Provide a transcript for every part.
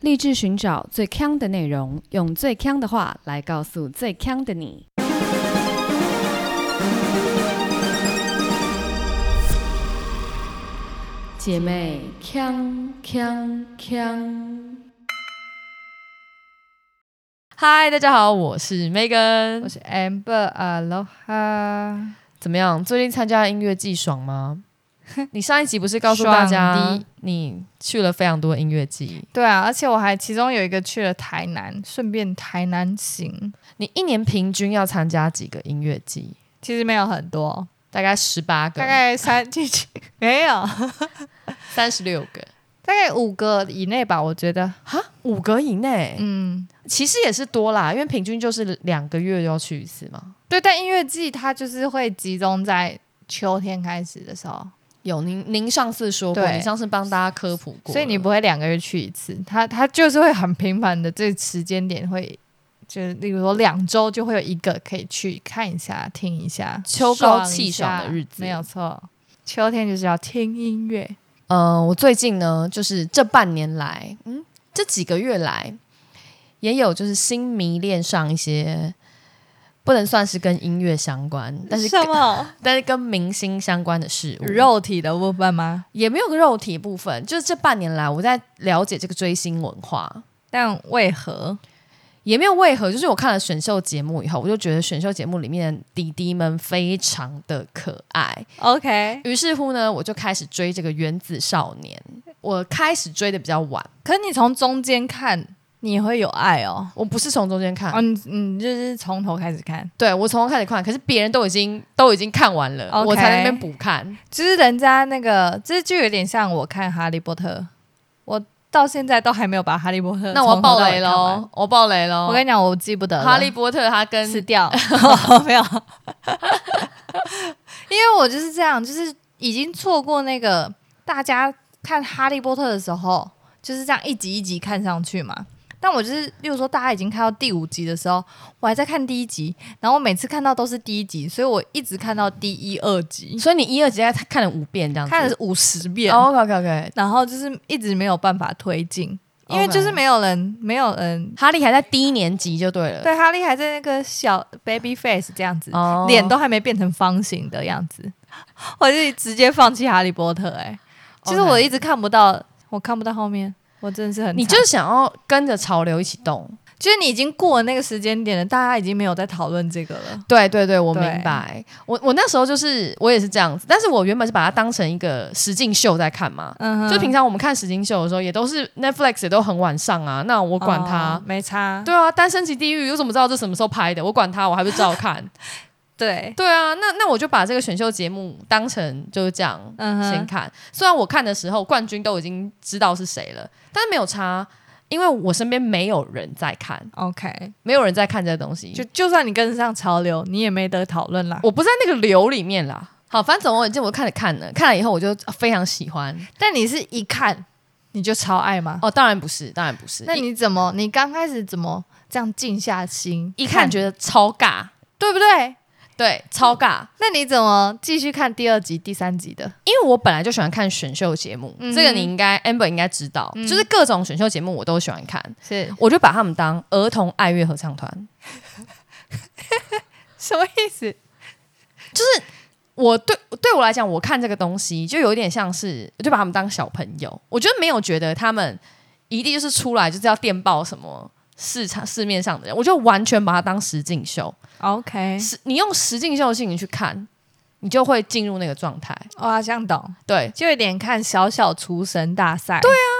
立志寻找最强的内容，用最强的话来告诉最强的你。姐妹，强强强！嗨，大家好，我是 Megan 我。是 Amber Aloha，怎么样？最近参加音乐季爽 吗？你上一集不是告诉大爽家的你去了非常多音乐季？对啊，而且我还其中有一个去了台南，顺便台南行，你一年平均要参加几个音乐季？其实没有很多，大概十八个，大概三几几没有， 三十六个，大概五个以内吧，我觉得，五个以内，嗯，其实也是多啦，因为平均就是两个月要去一次嘛。对，但音乐季它就是会集中在秋天开始的时候，有您，您上次说过，对你上次帮大家科普过了，所以你不会两个月去一次，它它就是会很频繁的，这个时间点会。就是，例如说两周就会有一个可以去看一下、听一下，秋高气爽爽一的下日子没有错。秋天就是要听音乐，呃，我最近呢，就是这半年来，嗯，这几个月来，也有就是新迷恋上一些，不能算是跟音乐相关，但是什么但是跟明星相关的事物，肉体的部分吗？也没有个肉体部分，就是这半年来我在了解这个追星文化。但为何？也没有为何，就是我看了选秀节目以后，我就觉得选秀节目里面的弟弟们非常的可爱， OK，于是乎呢，我就开始追这个原子少年。我开始追的比较晚，可是你从中间看，你会有爱哦。我不是从中间看，哦，你你就是从头开始看，对我从头开始看，可是别人都已经都已经看完了 OK 我才在那边补看。就是人家那个，这就有点像我看《哈利波特》，我到现在都还没有把《哈利波特》那我要呃从头爆到雷尾看完。喽，我爆雷喽。我跟你讲，我记不得了哈利波特他跟死掉， 没有，因为我就是这样，就是已经错过那个大家看《哈利波特》的时候，就是这样一集一集看上去嘛。但我就是，例如说，大家已经看到第五集的时候，我还在看第一集，然后我每次看到都是第一集，所以我一直看到第一、二集，所以你一二集大概看了五遍这样子。哦看了五十遍， OK OK OK。然后就是一直没有办法推进，因为 OK 就是没有人，没有人呃哈利还在低年级就对了，对哈利还在那个小 baby face 这样子，哦脸都还没变成方形的样子， 我就直接放弃哈利波特、哎，其实 OK 我一直看不到，我看不到后面，我真的是很惨，你就是想要跟着潮流一起动。就是你已经过了那个时间点了，大家已经没有在讨论这个了。对对对，我对明白。我我那时候就是我也是这样子，但是我原本是把它当成一个实境秀在看嘛。嗯哼就平常我们看实境秀的时候，也都是 Netflix 也都很晚上啊。那我管它，哦没 差，对啊，《单身级地狱》又怎么知道这什么时候拍的？我管他，我还不是照看。对，对啊，那那我就把这个选秀节目当成就是这样、嗯先哼，看。虽然我看的时候冠军都已经知道是谁了，但是没有差，因为我身边没有人在看， OK，没有人在看这个东西，就就算你跟上潮流，你也没得讨论啦。我不在那个流里面啦。好，反正总而言之，我看了看了，看了以后我就非常喜欢。但你是一看你就超爱吗？哦，当然不是，当然不是。那你怎么？你刚开始怎么这样静下心一一看觉得超尬，对不对？对，超尬。那你怎么继续看第二集、第三集的？因为我本来就喜欢看选秀节目，嗯哼嗯这个你应该 Amber 应该知道，就是各种选秀节目我都喜欢看，是我就把他们当儿童爱乐合唱团。什么意思？我对对我来讲，我看这个东西就有点像是，我就把他们当小朋友。我觉得没有觉得他们一定就是出来就是要电报什么市场市面上的人，我就完全把它当实境秀。 OK，实你用实境秀的心情去看，你就会进入那个状态。我好像懂，对，就有点看小小厨神大赛。对啊，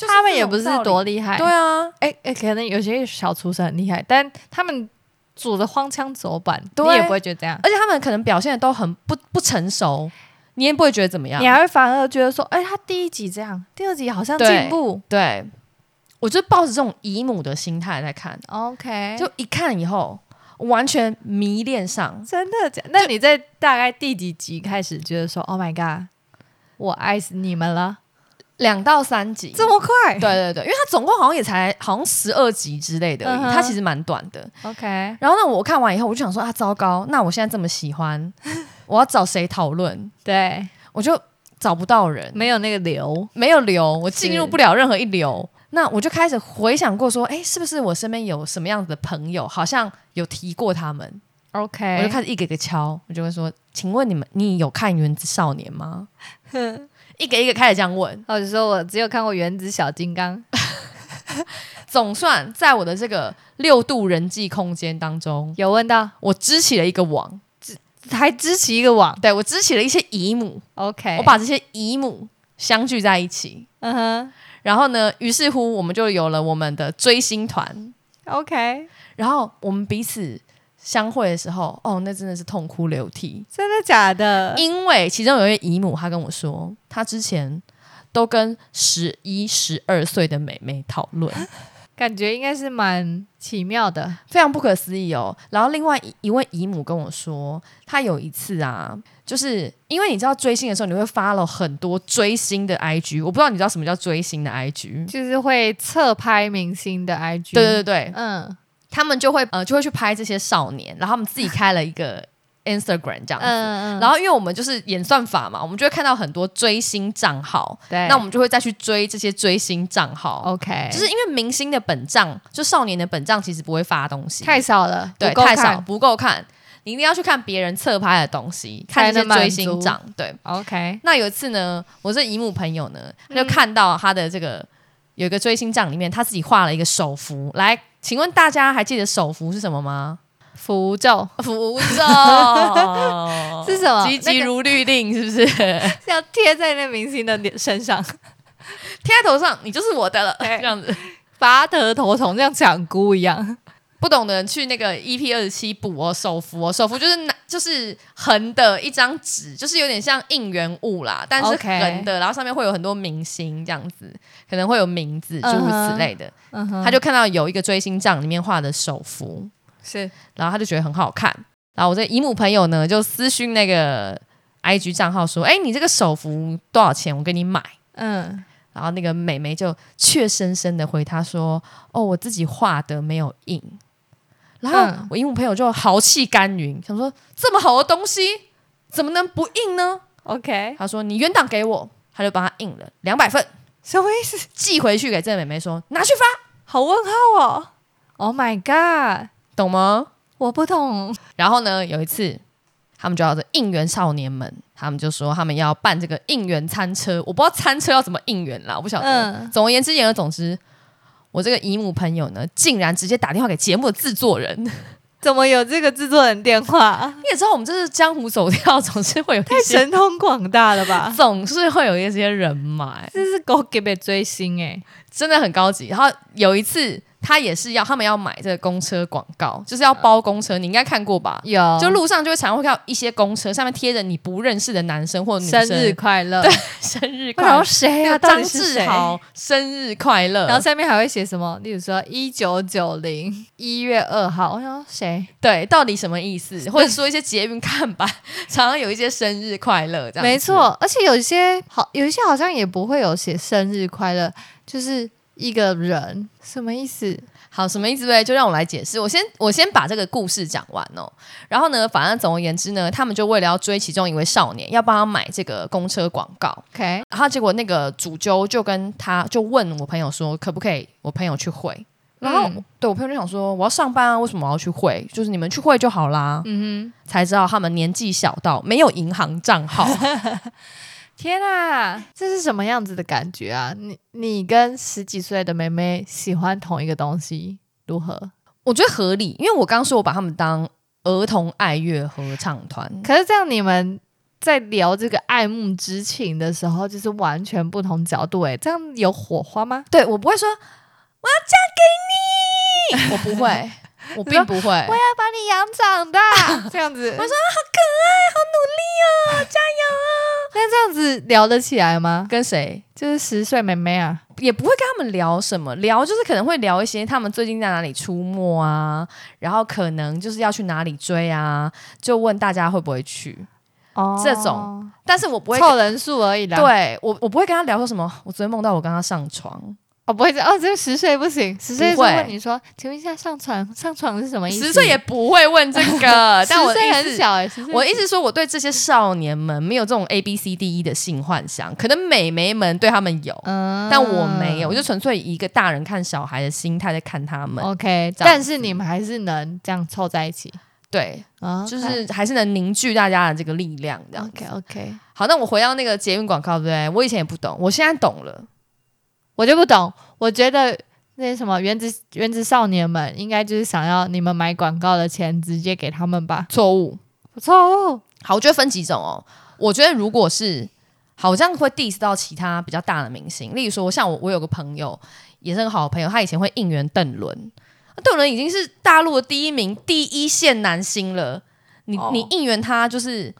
他们也不是多厉害。对啊，哎哎，可能有些小厨神很厉害，但他们煮的荒腔走板，对你也不会觉得这样。而且他们可能表现的都很不不成熟，你也不会觉得怎么样你。还会反而觉得说，哎、他第一集这样，第二集好像对进步。对，我就抱着这种姨母的心态在看， OK，就一看以后完全迷恋上。真的假？那你在大概第几集开始觉得说，Oh my god，我爱死你们了？两到三集，这么快对对对，因为它总共好像也才好像十二集之类的而已嗯哼它其实蛮短的。 ？OK，然后呢，我看完以后我就想说啊，糟糕，那我现在这么喜 欢，我要找谁讨论？对，我就找不到人，没有那个流。没有流，我进入是不了任何一流。那我就开始回想过说，哎，是不是我身边有什么样子的朋友，好像有提过他们？ OK，我就开始一个一个敲，我就会说，请问你们，你有看《原子少年》吗？一个一个开始这样问，我就说我只有看过《原子小金刚》， 总算在我的这个六度人际空间当中，有问到，我支起了一个网，还支起一个网。对我支起了一些姨母， OK，我把这些姨母相聚在一起。嗯哼然后呢，于是乎我们就有了我们的追星团。 ，OK，然后我们彼此相会的时候，哦，那真的是痛哭流涕，真的假的？因为其中有一位姨母，她跟我说，她之前都跟十一、十二岁的妹妹讨论，感觉应该是蛮奇妙的。非常不可思议哦。然后另外一一位姨母跟我说，她有一次啊，就是因为你知道追星的时候，你会发了很多追星的 IG，我不知道你知道什么叫追星的 IG。就是会侧拍明星的 IG，对对对，嗯他们就会呃就会去拍这些少年，然后他们自己开了一个 Instagram 这样子。嗯嗯，然后因为我们就是演算法嘛，我们就会看到很多追星账号，对，哦那我们就会再去追这些追星账号。 OK，就是因为明星的本账，就少年的本账其实不会发东西，太少了，对不够太看少不够看，你一定要去看别人侧拍的东西，才看这能些追满星足账。对， OK，那有一次呢，我这姨母朋友呢，他就看到他的这个、有一个追星账里面，他自己画了一个手幅。来，请问大家还记得手幅是什么 吗？符咒哦符咒 是什 么急急那个如律令，是不是？贴是要贴在那明星的脸身上，在头上，你就是我的了，对这样子。拔得头虫，像抢菇一样。不懂的人去那个 EP 二十七补哦，手幅哦，手幅就是拿就是横的一张纸，就是有点像应援物啦，但是 OK 横的，然后上面会有很多明星这样子，可能会有名字诸如嗯此哼类的。嗯哼他就看到有一个追星帐里面画的手幅，是然后他就觉得很好看。然后我这姨母朋友呢，就私讯那个 IG 账号说：“哎，你这个手幅多少钱？我给你买。嗯，”然后那个美眉就怯生生的回他说：“哦，我自己画的，没有印。”然后嗯我姨母朋友就豪气干云，想说这么好的东西怎么能不印呢？ OK，他说：“你原档给我。”他就帮他印了两百份，什么意思？寄回去给这个美眉说：“拿去发，好问号哦！Oh my god，懂吗？”我不懂。然后呢，有一次他们就要这应援少年们，他们就说他们要办这个应援餐车，我不知道餐车要怎么应援啦，我不晓得。嗯总而言之，言而总之，我这个姨母朋友呢，竟然直接打电话给节目的制作人。你怎么有这个制作人电话？也知道，我们这是江湖走跳，总是会有 太一些，！神通广大了吧总是会有一些人嘛， 这是狗给被追星哎、真的很高级。然后有一次，他也是要他们要买这个公车广告，就是要包公车，你应该看过吧？有就路上就会常会看到一些公车上面贴着你不认识的男生或女生生日快乐， 生日我快想乐说，谁那啊？个到底张是志谁？豪生日快乐，然后下面还会写什么？例如说一九九零一月二号，我想说谁？对，到底什么意思？或者说一些捷运看板，常常有一些生日快乐这样，没，错，而且有一些好，有一些好像也不会有写生日快乐，就是一个人，什么意思？好，什么意思呗？就让我来解释，我先我先把这个故事讲完哦。然后呢，反正总而言之呢，他们就为了要追其中一位少年，要帮他买这个公车广告。 OK，然后结果那个主揪就跟他就问我朋友说，可不可以我朋友去会？然后、嗯对我朋友就想说，我要上班啊，为什么我要去会？就是你们去会就好啦。嗯哼，才知道他们年纪小到没有银行账 号，天啊，这是什么样子的感觉啊？你你跟十几岁的妹妹喜欢同一个东西，如何？我觉得合理，因为我刚说我把他们当儿童爱乐合唱团，可是这样你们。在聊这个爱慕之情的时候，就是完全不同角度诶、哎这样有火花 吗？对我不会说我要嫁给你，我不会，我并不会，我要把你养长大，这样子。我说啊哦好努力哦，加油那这样子聊得起来吗哦！？跟谁就是十岁妹妹啊，也不会跟他们聊什么，聊就是可能会聊一些他们最近在哪里出没啊，然后可能就是要去哪里追啊，就问大家会不会去，哦这种但是我不会凑人数而已啦。，对我，我不会跟他聊说什么。我昨天梦到我跟他上床，哦，不会这哦，这个十岁不行，十岁是不会问你说，请问一下上床上床是什么意思？，十岁也不会问这个呃 但我的十岁意很思，小哎，十岁我一直说我对这些少年们没有这种 A B C D E 的性幻想，可能美眉们对他们有，嗯但我没有，我就纯粹以一个大人看小孩的心态在看他们。 OK，这样但是你们还是能这样凑在一起对，啊，就是还是能凝聚大家的这个力量这样。 OK OK，好，那我回到那个捷运广告，对不对？我以前也不懂，我现在懂了。我就不懂，我觉得那什么原子原子少年们应该就是想要你们买广告的钱直接给他们吧，错误。不错哦，好，我觉得分几种哦。我觉得如果是好像会 diss 到其他比较大的明星，例如说像我，我有个朋友也是很好的朋友，他以前会应援邓伦，邓伦已经是大陆的第一名第一线男星了，你、哦你应援他就是。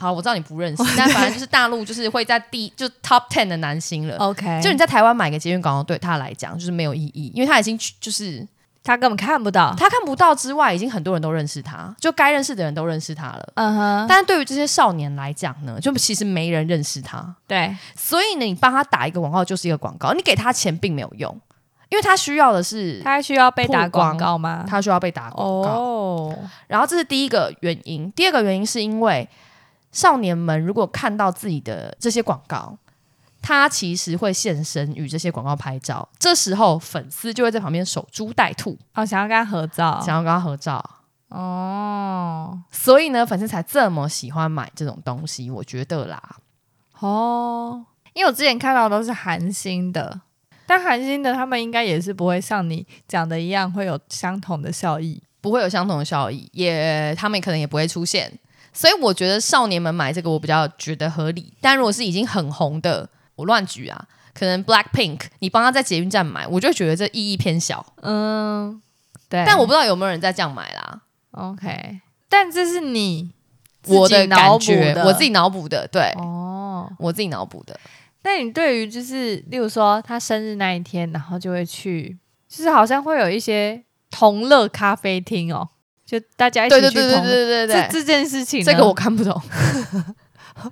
好，我知道你不认识，但反正就是大陆就是会在第就 top ten 的男星了。 OK，就你在台湾买个捷运广告，对他来讲就是没有意义，因为他已经去就是他根本看不到，他看不到之外，已经很多人都认识他，就该认识的人都认识他了。嗯哼，但是对于这些少年来讲呢，就其实没人认识他，对，所以呢，你帮他打一个广告就是一个广告，你给他钱并没有用，因为他需要的是他需要被打曝光广告吗？他需要被打广告。哦，然后这是第一个原因，第二个原因是因为少年们如果看到自己的这些广告，他其实会现身与这些广告拍照，这时候粉丝就会在旁边守株待兔，哦，想要跟他合照，想要跟他合照。哦所以呢，粉丝才这么喜欢买这种东西，我觉得啦。哦，因为我之前看到的都是韩星的。但韩星的他们应该也是不会像你讲的一样会有相同的效益，不会有相同的效益，也他们可能也不会出现。所以我觉得少年们买这个，我比较觉得合理。但如果是已经很红的，我乱举啊，可能 Black Pink，你帮他在捷运站买，我就觉得这意义偏小。嗯，对。但我不知道有没有人在这样买啦， OK，但这是你自己我的脑感补觉，的我自己脑补的，对、哦。我自己脑补的。那你对于就是，例如说他生日那一天，然后就会去，就是好像会有一些同乐咖啡厅哦，就大家一起对去对对同对对对对这这件事情呢，这个我看不 懂。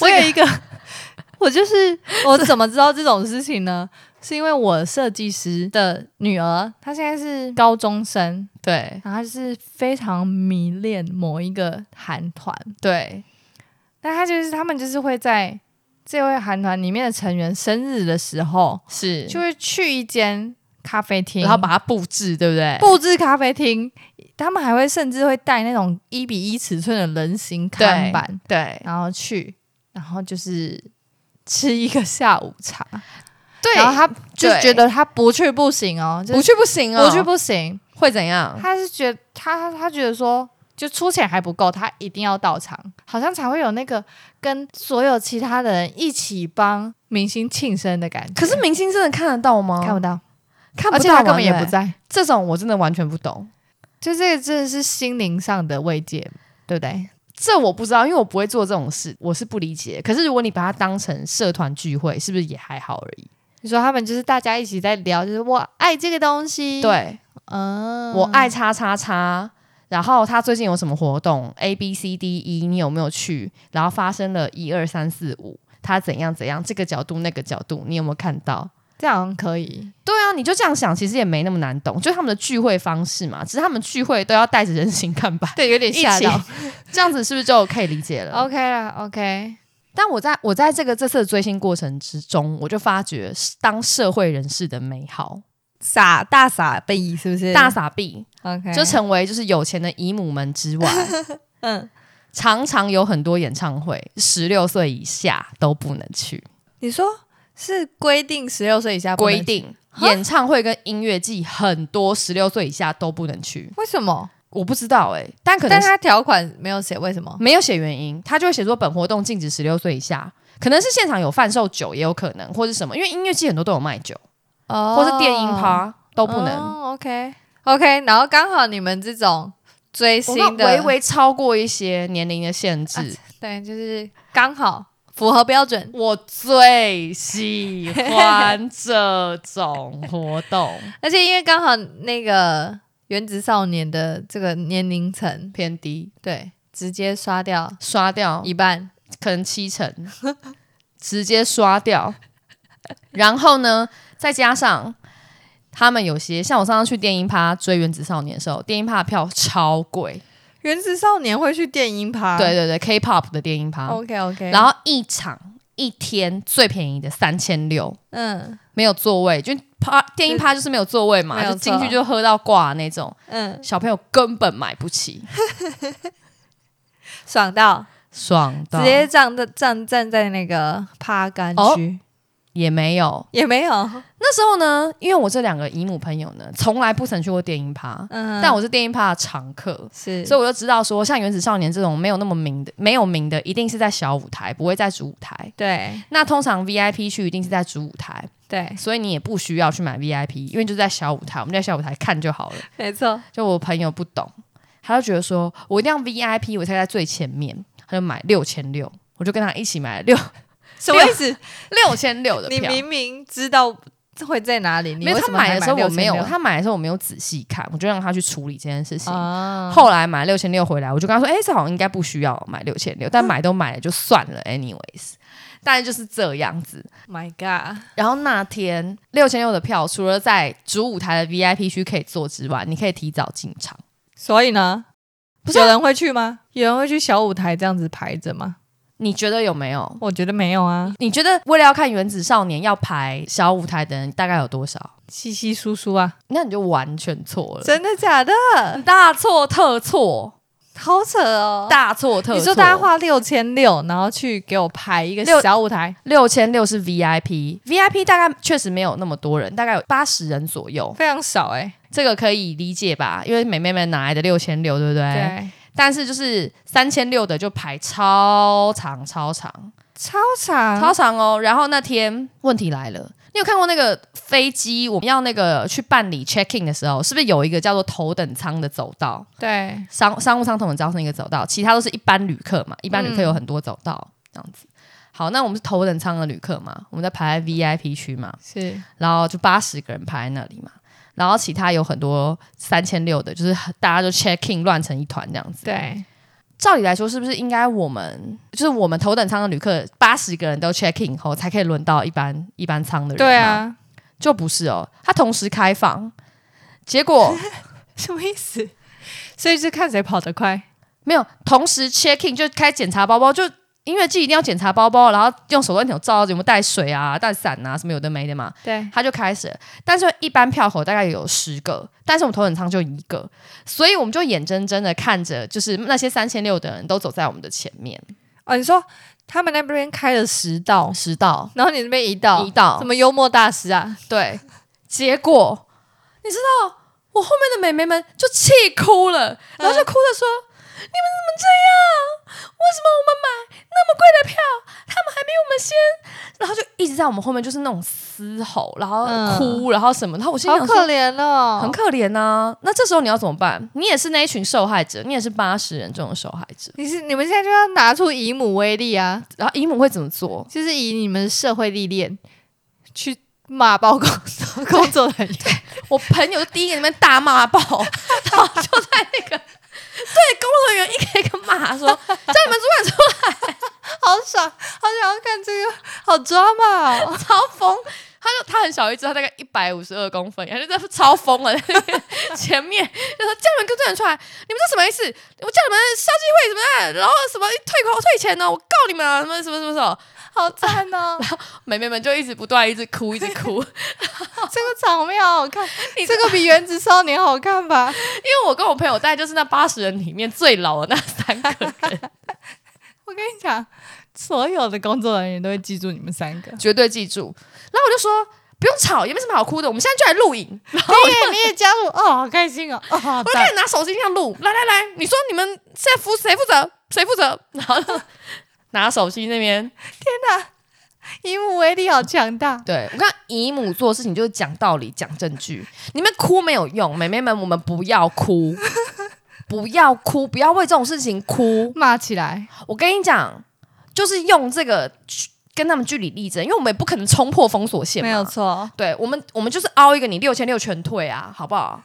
我有一个，我 就是我怎么知道这种事情呢？是因为我设计师的女儿，她现在是高中生，对然后她就是非常迷恋某一个韩团，对，但他就是他们就是会在这位韩团里面的成员生日的时候，是，就会去一间咖啡厅，然后把它嗯布置，对不对？布置咖啡厅，他们还会甚至会带那种一比一尺寸的人形看板，对然后去，然后就是吃一个下午茶，对，然后他就对觉得他不去不行哦，就不是去不行哦，嗯不去不行，会怎样？他是觉得他他觉得说，就出钱还不够，他一定要到场，好像才会有那个跟所有其他的人一起帮明星庆生的感觉。可是明星真的看得到吗？看不到，看而不且到欸他嘛，根本也对不对。在，这种我真的完全不懂，就这个真的是心灵上的慰藉，对不对？这我不知道，因为我不会做这种事，我是不理解。可是如果你把它当成社团聚会，是不是也还好而已？你说他们就是大家一起在聊，就是我爱这个东西，，对，嗯，我爱叉叉叉，然后他最近有什么活动？A B C D E，你有没有去？然后发生了一二三四五，他怎样怎样，这个角度那个角度，你有没有看到？这样好像可以，对啊，你就这样想，其实也没那么难懂，就他们的聚会方式嘛，只是他们聚会都要带着人形看板，对，有 点一起吓到。哦这样子是不是就可以理解了？ OK 啦，OK，但我在我在这个这次的追星过程之中，我就发觉当社会人士的美好，傻大傻逼是不是大大傻逼 OK 就成为就是有钱的姨母们之外， 嗯，常常有很多演唱会，十六岁以下都不能去，你说是规定十六岁以下不能规定。演唱会跟音乐季很多十六岁以下都不能去，为什么？我不知道哎、但可能但是他条款没有写为什么。没有写原因，他就会写说本活动禁止十六岁以下，可能是现场有贩售酒，也有可能或是什么，因为音乐季很多都有卖酒，哦或是电音趴都不能。哦 OK OK，然后刚好你们这种追我星的，微微超过一些年龄的限制。对，就是刚好符合标准。我最喜欢这种活 动，而且因为刚好那个原子少年的这个年龄层，偏低，对，直接刷掉刷掉一半。可能七成，直接刷掉。然后呢，再加上他们有些像我上次去电音趴追《原子少年》的时候，电音趴的票超贵，原子少年会去电音趴，对对对，K-pop 的电音趴，啊，OK OK，然后一场一天最便宜的三千六，嗯没有座位，就趴电音趴就是没有座位嘛，没有就错进去就喝到挂那种，嗯，小朋友根本买不起，爽到爽到直接站的站站在那个趴杆哦区、也没有。 也没有，那时候呢，因为我这两个姨母朋友呢，从来不曾去过电音趴，嗯，但我是电音趴的常客。是所以我就知道说，像原子少年这种没有那么明的、没有名的，一定是在小舞台，不会在主舞台。对那通常 VIP 区一定是在主舞台，对，所以你也不需要去买 VIP，因为就在小舞台，我们在小舞台看就好了。没错，就我朋友不懂，他就觉得说我一定要 VIP，我才在最前面，他就买六千六，我就跟他一起买了六什么意思？六千六的你票。明明知道会在哪里，你没有，为他什么买还的时候我6600没有，他买的时候我没有仔细看，我就让他去处理这件事情。啊，后来买六千六回来，我就跟他说：“哎、这好像应该不需要买六千六，嗯但买都买了就算了，anyways。”大概就是这样子。Oh My God，然后那天六千六的票，除了在主舞台的 VIP 区可以坐之外，你可以提早进场。所以呢，不是啊有人会去吗？有人会去小舞台这样子排着吗？你觉得有没有？我觉得没有啊，你觉得为了要看《原子少年》要排小舞台的人大概有多少？稀稀疏疏啊，那你就完全错了，真的假的？大错特错，好扯哦！大错特错。你说大家花六千六，然后去给我排一个六小舞台，六千六是 VIP，VIP 大概确实没有那么多人，大概有八十人左右，非常少哎、这个可以理解吧？因为美妹们哪来的六千六，对不对？对，但是就是三千六的就排超长超长超长，超长哦。然后那天问题来了，你有看过那个飞机我们要那个去办理 check in 的时候，是不是有一个叫做头等舱的走道？对，商商务舱、头等舱是一个走道，其他都是一般旅客嘛，一般嗯旅客有很多走道、这样子。好，那我们是头等舱的旅客嘛，我们在排在 VIP 区嘛，是然后就八十个人排在那里嘛，然后其他有很多三千六的，就是大家就 check in 乱成一团这样子。，对，照理来说，是不是应该我们就是我们头等舱的旅客八十个人都 check in 后，才可以轮到一般一般舱的人？对，啊，就不是哦，它同时开放，结果 什么意思？所以是看谁跑得快。没有，同时 check in 就开始检查包包，就音乐季一定要检查包包，然后用手电筒照有没有带水啊、带伞啊什么有的没的嘛，对，他就开始了。但是一般票口大概有十个，但是我们头等舱就一个，所以我们就眼睁睁的看着，就是那些三千六的人都走在我们的前面，哦，你说他们那边开了十道，十道然后你那边一道，一道什，么幽默大师啊？对，结果你知道，我后面的妹妹们就气哭了，嗯然后就哭着说：“你们怎么这样？为什么我们买那么贵的票，他们还比我们先？”然后就一直在我们后面就是那种嘶吼，然后哭，然后什么，然后我心里嗯想好说。可怜哦，很可怜呐、那这时候你要怎么办？你也是那一群受害者，你也是八十人这种受害者。你是你们现在就要拿出以母威力啊，然后姨母会怎么做？就是以你们的社会历练去骂爆工工作人员。我朋友就第一个在那边大骂爆，然后就在那个对工作人员一个一个骂说：“叫你们主管出 好爽，好想要看这个，好抓马哦！来超疯！”他就他很小一只，他大概一百五十二公分，他就在超疯了，在 那边前面就说：“叫你们工作人员出来，你们这什么意思？我叫你们消基会什么的，然后什么退款退钱呢？我告你们啊！什么什么什么什么 好赞哦，妹妹们就一直不断一直哭，一直哭。” 这个场面好好看，这个比《原子少年》好看吧？因为我跟我朋友大概就是那八十人里面最老的那三个人，。我跟你讲，所有的工作人员都会记住你们三 个绝对记住。然后我就说不用吵，也没什么好哭的，我们现在就来录影，然后你也你也加入哦，好开心哦！哦，好我就开赞始拿手机这样录，来来来，你说你们现在负谁负责，谁负责，然后 就拿手机那边。以母威力好强大，对我看姨母做事情就是讲道理、讲证据，你们哭没有用，妹妹们，我们不要 哭，不要哭，不要为这种事情哭。骂起来。我跟你讲，就是用这个去跟他们据理力争，因为我们也不可能冲破封锁线嘛，没有错，对我们，我们就是凹一个你六千六全退啊，好不好？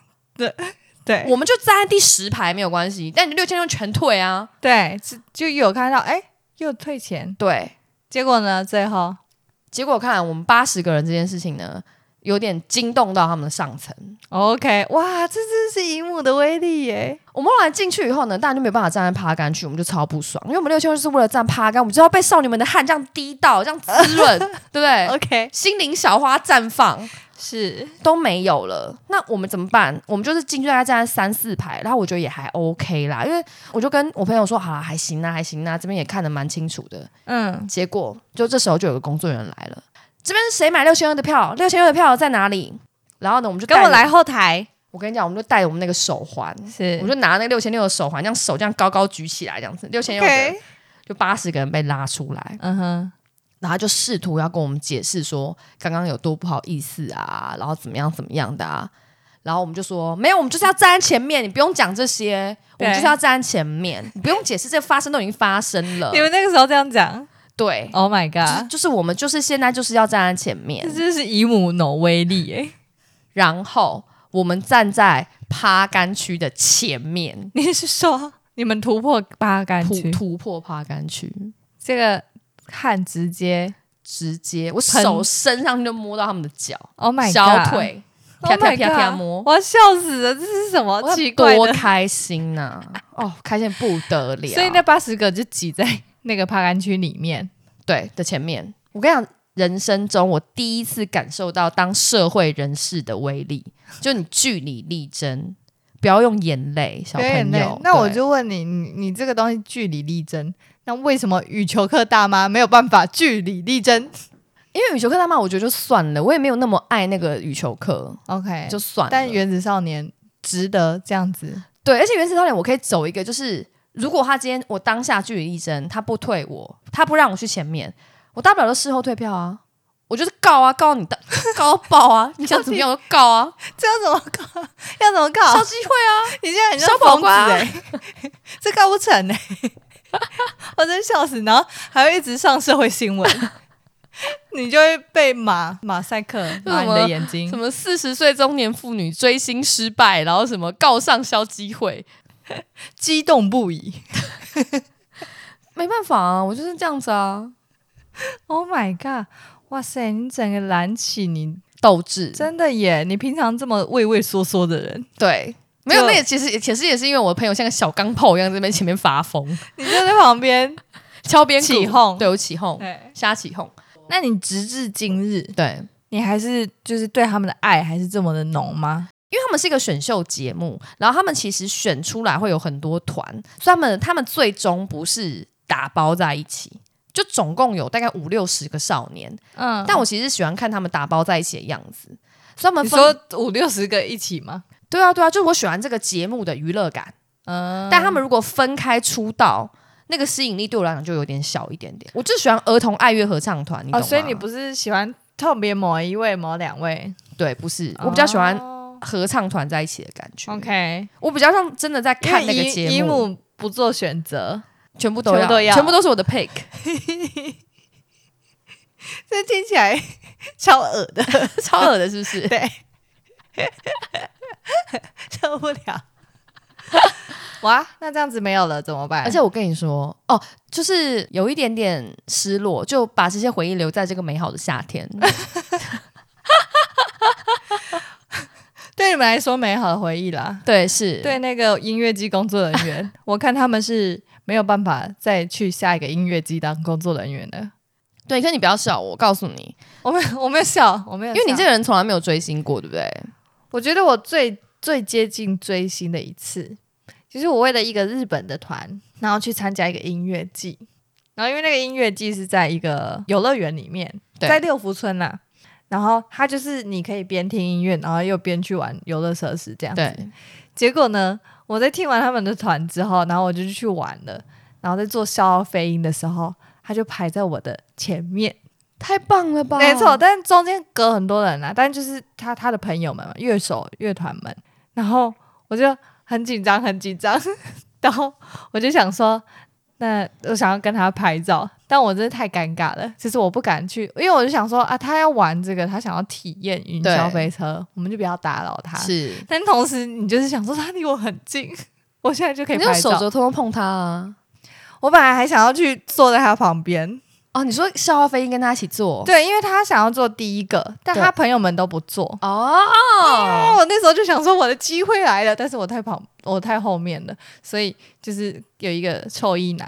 对我们就站在第十排没有关系，但你六千六全退啊。对，就就有看到，哎，又退钱，对，结果呢，最后结果看我们八十个人这件事情呢，有点惊动到他们的上层。 OK，哇，这真是荧幕的威力耶！我们后来进去以后呢，大家就没办法站在趴杆区，我们就超不爽，因为我们六千就是为了站趴杆，我们就要被少女们的汗这样滴到，这样滋润，对不对 OK，心灵小花绽放是都没有了，那我们怎么办？我们就是进去大概站在三四排，然后我觉得也还 OK 啦，因为我就跟我朋友说，好啦，还行啦，还行啦，这边也看得蛮清楚的。嗯，结果就这时候就有个工作人员来了，这边是谁买六千二的票？六千二的票在哪里？然后呢，我们就跟我带着来，后台我跟你讲，我们就带着我们那个手环，是我就拿那个六千六的手环，这样手这样高高举起来，这样子，六千六的 OK，就八十个人被拉出来，嗯哼，然后他就试图要跟我们解释说刚刚有多不好意思啊，然后怎么样怎么样的啊，然后我们就说没有，我们就是要站在前面，你不用讲这些，我对们就是要站在前面，你不用解释，这发生都已经发生了 你，们那个时候这样讲对。 ，Oh my 就是 god，就是我们就是现在就是要站在前这面，真是姨母脑威力耶！然后我们站在趴杆区的前面，你是说你们突破八杆突区，突破趴杆区，这个汗直接直接我喷手伸上去就摸到他们的脚、 ，Oh my god，小腿， ，Oh 啪 my 啪 god，啪啪摸，我要笑死了，这是什我么有奇怪多的？开心呐、哦，开心得不得了。所以那八十个就挤在那个帕干区里面，对的前面，我跟你讲，人生中我第一次感受到当社会人士的威力，就你据理力争，不要用眼泪，小有点朋累友。那我对就问你，你你这个东西据理力争，那为什么羽球课大妈没有办法据理力争因为羽球课他妈，我觉得就算了，我也没有那么爱那个羽球课， ？OK，就算了。但原子少年值得这样子，对，而且原始教练，我可以走一个，就是如果他今天我当下据理力争，他不退我，他不让我去前面，我大不了就事后退票啊，我就是告啊，告你的， 告到爆 啊，你想怎么样我就告啊，这要怎么搞？ 要怎么超搞？机会啊你现在很像小宝疯子瓜哎、 这搞不成哎、 我真笑死，然后还会一直上社会新闻。 你就会被马马赛克马你的眼啊，睛什，么四十岁中年妇女追星失败，然后什么告上销机会，激动不已。没办法啊，我就是这样子啊， Oh my god！哇塞，你整个燃起你斗志，真的耶！你平常这么畏畏缩缩的人，对。没有，那也其实也其实也是因为我的朋友像个小钢炮一样在那边前面发疯，你就在旁边。敲边鼓起哄对我起哄， 对，瞎起哄，那你直至今日，对，你还是就是对他们的爱还是这么的浓吗？因为他们是一个选秀节目，然后他们其实选出来会有很多团，所以他们他们最终不是打包在一起，就总共有大概五六十个少年。嗯但我其实喜欢看他们打包在一起的样子，所以他们你分说五六十个一起吗？对啊对啊，就是我喜欢这个节目的娱乐感。嗯，但他们如果分开出道，那个吸引力对我来讲就有点小一点点。我就喜欢儿童爱乐合唱团，你懂哦，吗？所以你不是喜欢特别某一位、某两位？对，不是我比较喜欢哦合唱团在一起的感觉。 OK，我比较像真的在看因那为个姨节姨母不做选择，全部都要，全部都要全部都是我的 pick。这听起来 超恶的，超恶的，是不是？对， 受不了。哇，那这样子没有了怎么办？而且我跟你说，哦，就是有一点点失落，就把这些回忆留在这个美好的夏 天。对你们来说美好的回忆啦。对，是，对那个音乐机工作人 员，我看他们是没有办法再去下一个音乐机当工作人员的。对。可是你不要笑我，我告诉你，我没有，我没有笑，我没有因笑，为你这个人从来没有追星过，对不对？我觉得我最最接近追星的一次，就是我为了一个日本的团，然后去参加一个音乐季，然后因为那个音乐季是在一个游乐园里面，对在六福村啦、然后它就是你可以边听音乐，然后又边去玩游乐设施这样子。对，结果呢，我在听完他们的团之后，然后我就去玩了，然后在做逍遥飞鹰的时候，他就排在我的前面，太棒了吧没错，，但中间隔很多人啊，但就是他他的朋友们嘛、乐手、乐团们，然后我就很紧张，很紧张， 然后我就想说，那我想要跟他拍照，但我真的太尴尬了，就是我不敢去，因为我就想说啊，他要玩这个，他想要体验云对霄飞车，我们就不要打扰他，是。但同时你就是想说他离我很近， 我现在就可以你用拍手照。肘偷偷碰他啊！我本来还想要去坐在他旁边，哦，你说校花飞鹰跟他一起做？对，因为他想要做第一个，但对他朋友们都不做。哦，啊！我那时候就想说我的机会来了，但是我太旁，我太后面了，所以就是有一个臭衣男，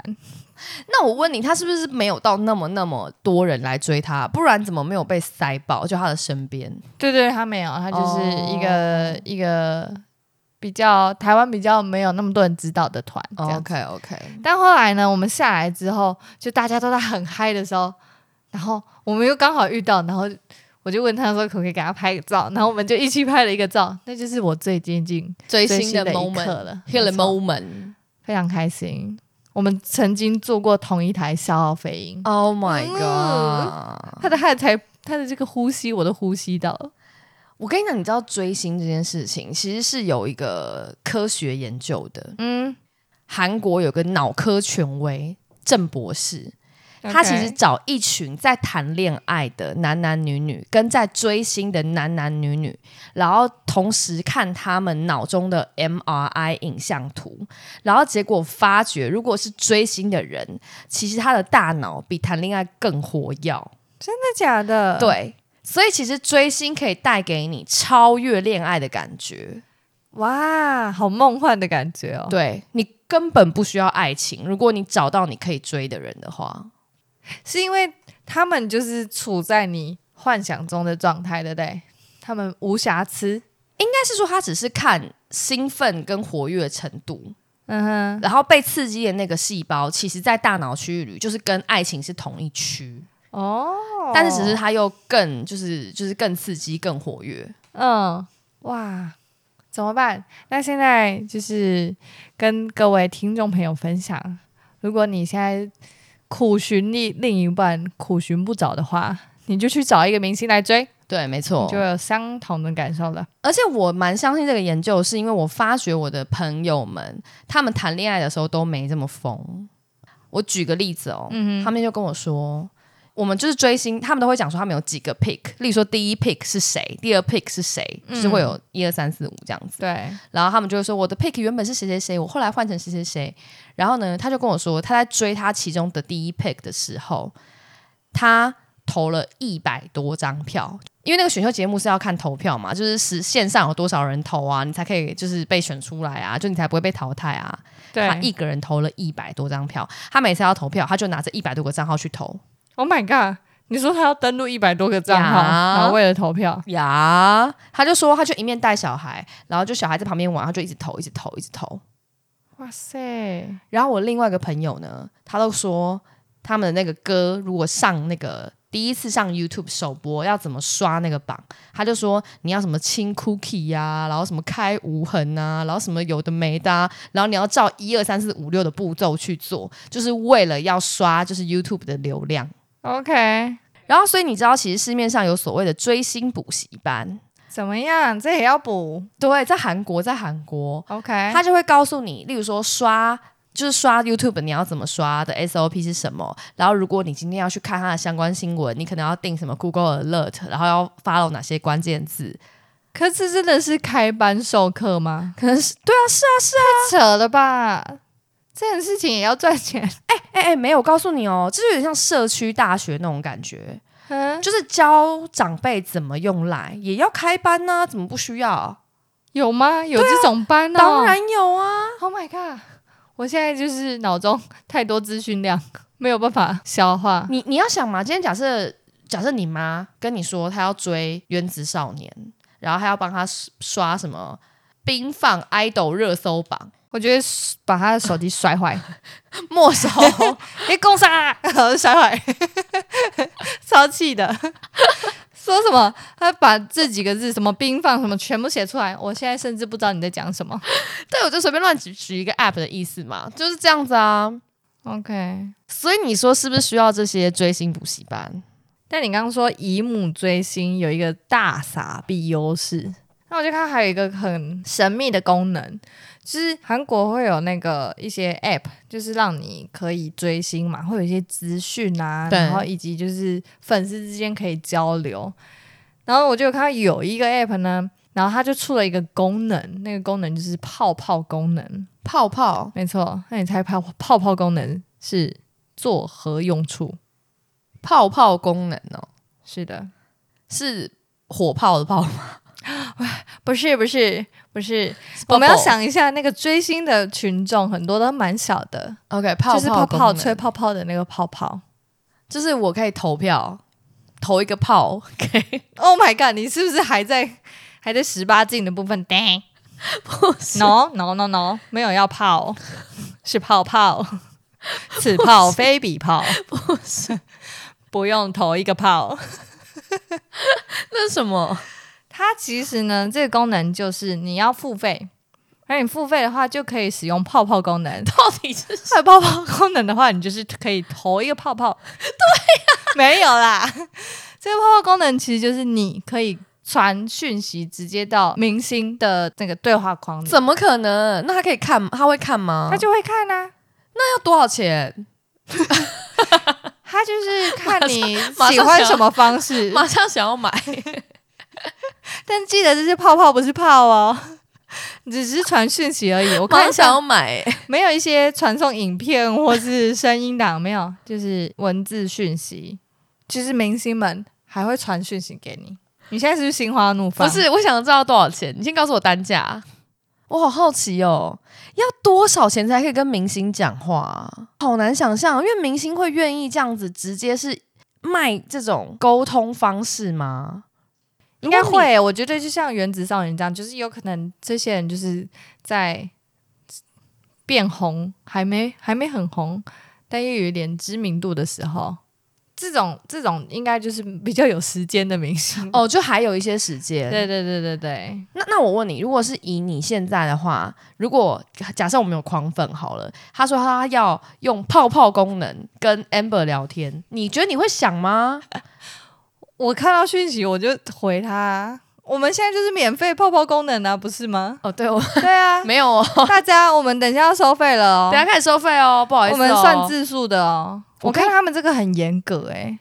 那我问你，他是不是没有到那么那么多人来追他？不然怎么没有被塞爆？就他的身边，对对，他没有，他就是一个、哦一个比较台湾比较没有那么多人知道的团这样子。 OK，但后来呢，我们下来之后，就大家都在很嗨的时候，然后我们又刚好遇到，然后我就问他说可不可以给他拍个照，然后我们就一起拍了一个照，那就是我最接近最最新的的一 moment 刻了 h e l l 没错 moment。非常开心。我们曾经坐过同一台消耗飞鹰， Oh my 嗯 god！他的他的才他的这个呼吸我都呼吸到了，我跟你讲，你知道追星这件事情其实是有一个科学研究的。嗯，韩国有个脑科权威郑博士，他其实找一群在谈恋爱的男男女女，跟在追星的男男女女，然后同时看他们脑中的 MRI 影像图，然后结果发觉，如果是追星的人，其实他的大脑比谈恋爱更活跃。真的假的？对，所以其实追星可以带给你超越恋爱的感觉。哇，好梦幻的感觉哦！对你根本不需要爱情，如果你找到你可以追的人的话，是因为他们就是处在你幻想中的状态，对不对？他们无瑕疵，应该是说他只是看兴奋跟活跃程度，嗯哼，然后被刺激的那个细胞，其实在大脑区域里就是跟爱情是同一区，哦，但是只是它又更就是就是更刺激、更活跃。嗯，哇，怎么办？那现在就是跟各位听众朋友分享，如果你现在苦寻另另一半苦寻不着的话，你就去找一个明星来追，对，没你错就。有相同的感受了。而且我蛮相信这个研究，是因为我发觉我的朋友们，他们谈恋爱的时候都没这么疯。我举个例子哦，他们就跟我说，我们就是追星，他们都会讲说他们有几个 pick，例如说第一 pick 是谁，第二 pick 是谁，就是会有一二三四五这样子。对，然后他们就会说我的 pick 原本是谁谁谁，我后来换成谁谁谁。然后呢，他就跟我说，他在追他其中的第一 pick 的时候，他投了一百多张票，因为那个选秀节目是要看投票嘛，就是实线上有多少人投啊，你才可以就是被选出来啊，就你才不会被淘汰啊。对他一个人投了一百多张票，他每次要投票，他就拿着一百多个账号去投。 ，Oh my god！你说他要登录一百多个账号，呀然后为了投票，呀，他就说他就一面带小孩，然后就小孩在旁边玩，他就一直投，一直投，一直投。哇塞！然后我另外一个朋友呢，他都说他们的那个歌如果上那个第一次上 YouTube 首播要怎么刷那个榜，他就说你要什么清 Cookie 呀、然后什么开无痕啊，然后什么有的没的、啊，然后你要照一二三四五六的步骤去做，就是为了要刷就是 YouTube 的流量。 OK，然后所以你知道，其实市面上有所谓的追星补习班，怎么样？这也要补对，在韩国，在韩国， ？OK，他就会告诉你，例如说刷。就是刷 YouTube，你要怎么刷的 SOP 是什么？然后如果你今天要去看它的相关新闻，你可能要定什么 Google Alert，然后要 follow 哪些关键字？可是真的是开班授课吗？可能是对啊，是啊，是啊。太扯了吧！这件事情也要赚钱， 哎、哎、没有我告诉你哦，这就有点像社区大学那种感觉，嗯，就是教长辈怎么用来，也要开班呢、怎么不需要？有吗？有这种班啊哦？当然有啊。 ，Oh my god！我现在就是脑中太多资讯量， 没有办法消化。 你你要想嘛，今天假设假设你妈跟你说她要追原子少年，然后她要帮她刷什么冰放 idol 热搜榜，我觉得把他的手机摔 坏，没 收，哎你共啊杀，然后 摔 坏，超气的。说什么？他把这几个字什么冰放什么全部写出来，我现在甚至不知道你在讲什么。对，我就随便乱举举一个 app 的意思嘛，就是这样子啊。 OK，所以你说是不是需要这些追星补习班？但你刚刚说以母追星有一个大傻逼优势，那我就看还有一个很神秘的功能，就是韩国会有那个一些 app，就是让你可以追星嘛，会有一些资讯啊，对然后以及就是粉丝之间可以交流。然后我就有看到有一个 app 呢，然后它就出了一个功能，那个功能就是泡泡功能，泡泡没错。那你猜泡泡泡功能是作何用处？泡泡功能哦，是的，是火炮的泡， 不是不是不是，我们要 bubble 想一下那个追星的群众，很多都蛮小的， OK 泡就是泡功泡能吹泡泡的那个泡泡。就是我可以投票投一个炮给 Oh my god！你是不是还在还在十八禁的部分？No no no no，没有要泡，是 泡泡，此泡非彼泡，不是，不用投一个泡。 那是什么？它其实呢，这个功能就是你要付费，而你付费的话就可以使用泡泡功能。到底是它有泡泡功能的话，你就是可以投一个泡泡。对呀、没有啦。这个泡泡功能其实就是你可以传讯息直接到明星的那个对话框里，怎么可能？那他可以看，他会看吗？他就会看啊。要多少钱？ 他就是看你马上喜欢什么方式，马上想要买，但记得这些泡泡不是泡哦， 只是传讯息而 已。我马看上一下想要买、没有一些传送影片或是声音档，没有，就是文字讯息。其实明星们还会传讯息给你。你现在是不是心花怒放？不，是，我想知道多少钱，你先告诉我单价。我好好奇哦，要多少钱才可以跟明星讲话啊？好难想象，因为明星会愿意这样子直接是卖这种沟通方式吗？应该如果你。会。我觉得就像原子少年这样，就是有可能这些人就是在变红，还没还没很红，但又有一点知名度的时候，这种这种应该就是比较有时间的明星。哦，就还有一些时间。对对对对对。那那我问你，如果是以你现在的话，如果假设我们有狂粉好了，他说他要用泡泡功能跟 Amber 聊天，你觉得你会想吗？？我看到讯息我就回他，我们现在就是免费泡泡功能啊，不是 吗哦，对我对啊，没有哦，大家我们等一下要收费了哦等，下开始收费哦，不好意思、我哦，们算字数的哦。我我看看他们这个很严格诶、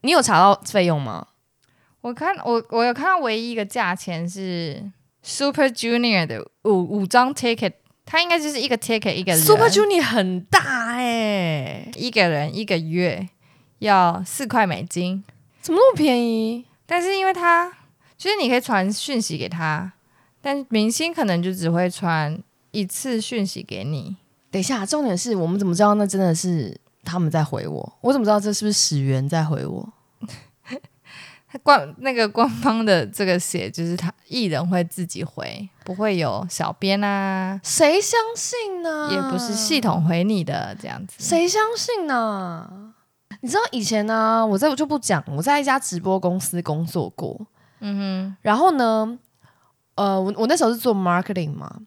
你有查到费用吗？我看我我有看到唯一一个价钱是 Super Junior 的五五张 ticket，它应该就是一个 ticket 一个人 Super Junior 很大哎、一个人一个月要四块美金，怎么那么便宜？但是因为他就是你可以传讯息给他，但明星可能就只会传一次讯息给你。等一下，重点是我们怎么知道那真的是他们在回我？我怎么知道这是不是始源在回我？他官那个官方的这个写就是他艺人会自己回，不会有小编啊，谁相信呢、也不是系统回你的这样子。谁相信呢、你知道以前呢、我在我就不讲，我在一家直播公司工作过，嗯然后呢，呃，我我那时候是做 marketing 嘛，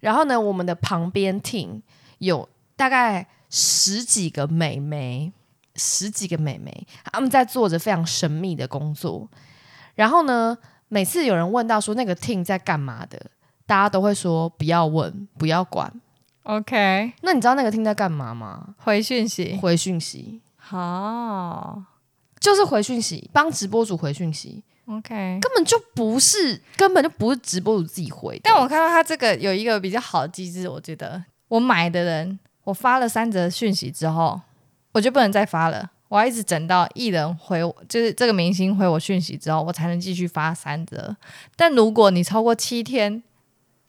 然后呢，我们的旁边 team 有大概十几个美眉，十几个美眉，她们在做着非常神秘的工作。然后呢，每次有人问到说那个 team 在干嘛的，大家都会说不要问，不要管。哼，OK，那你知道那个 team 在干嘛吗？回讯息。回讯息，好就是回讯息，帮直播主回讯息， ，OK。根本就不是，根本就不是直播主自己回的。但我看到他这个有一个比较好的机制，我觉得我买的人，我发了三则讯息之后，我就不能再发了，我要一直等到艺人回我，就是这个明星回我讯息之后，我才能继续发三则。但如果你超过七天，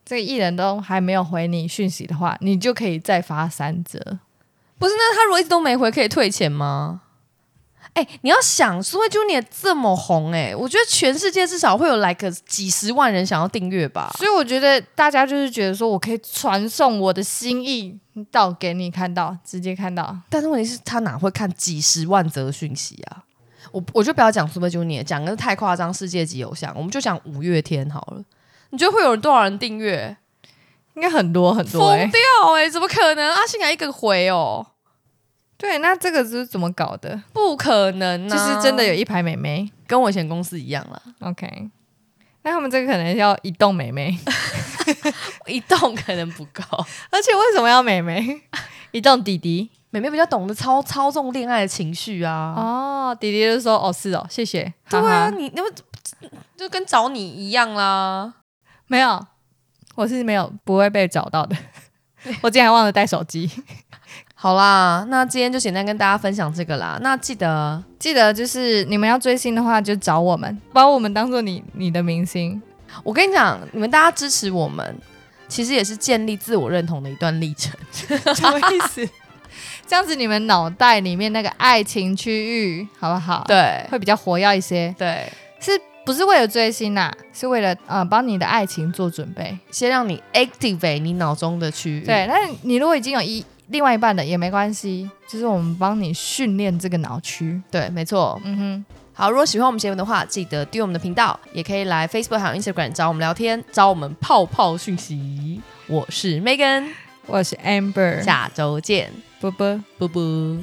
这个艺人都还没有回你讯息的话，你就可以再发三则。不是，那他如果一直都没回，可以退钱吗？哎、你要想，Super Junior 这么红、哎，我觉得全世界至少会有来个几十万人想要订阅吧。所以我觉得大家就是觉得说我可以传送我的心意到给你看到，直接看到。但是问题是，他哪会看几十万则讯息啊？我我就不要讲 Super Junior，讲个太夸张，世界级偶像，我们就讲五月天好了。你觉得会有多少人订阅？应该很多很疯多、欸，掉哎、怎么可能？阿信还一个回哦，对，那这个是怎么搞的？不可能、啊，就是真的有一排美眉。跟我以前公司一样啦， OK，那他们这个可能要移动美眉， 一动可能不够。而且为什么要美眉？移动弟弟妹妹比较懂得操操纵恋爱的情绪啊。哦，弟弟就说哦是哦，谢谢。对哈啊，哈你那不就跟找你一样啦。没有， 我是没有不会被找到的。我竟然忘了带手机，好啦，那今天就简单跟大家分享这个啦。那记得记得就是你们要追星的话，就找我们，把我们当做你你的明星。我跟你讲，你们大家支持我们，其实也是建立自我认同的一段历程。什么意思？ 这样子你们脑袋里面那个爱情区域好不好？，对会比较活跃一些。啊对，是不是为了追星呐、是为了呃帮你的爱情做准备。先让你 activate 你脑中的区域。对，那你如果已经有一另外一半的也没关系，就是我们帮你训练这个脑区。对，没错。嗯哼，好，如果喜欢我们节目的话，记得订阅我们的频道，也可以来 Facebook 还有 Instagram 找我们聊天，找我们泡泡讯息。我是 Megan，我是 Amber，下周见，波波。啵啵。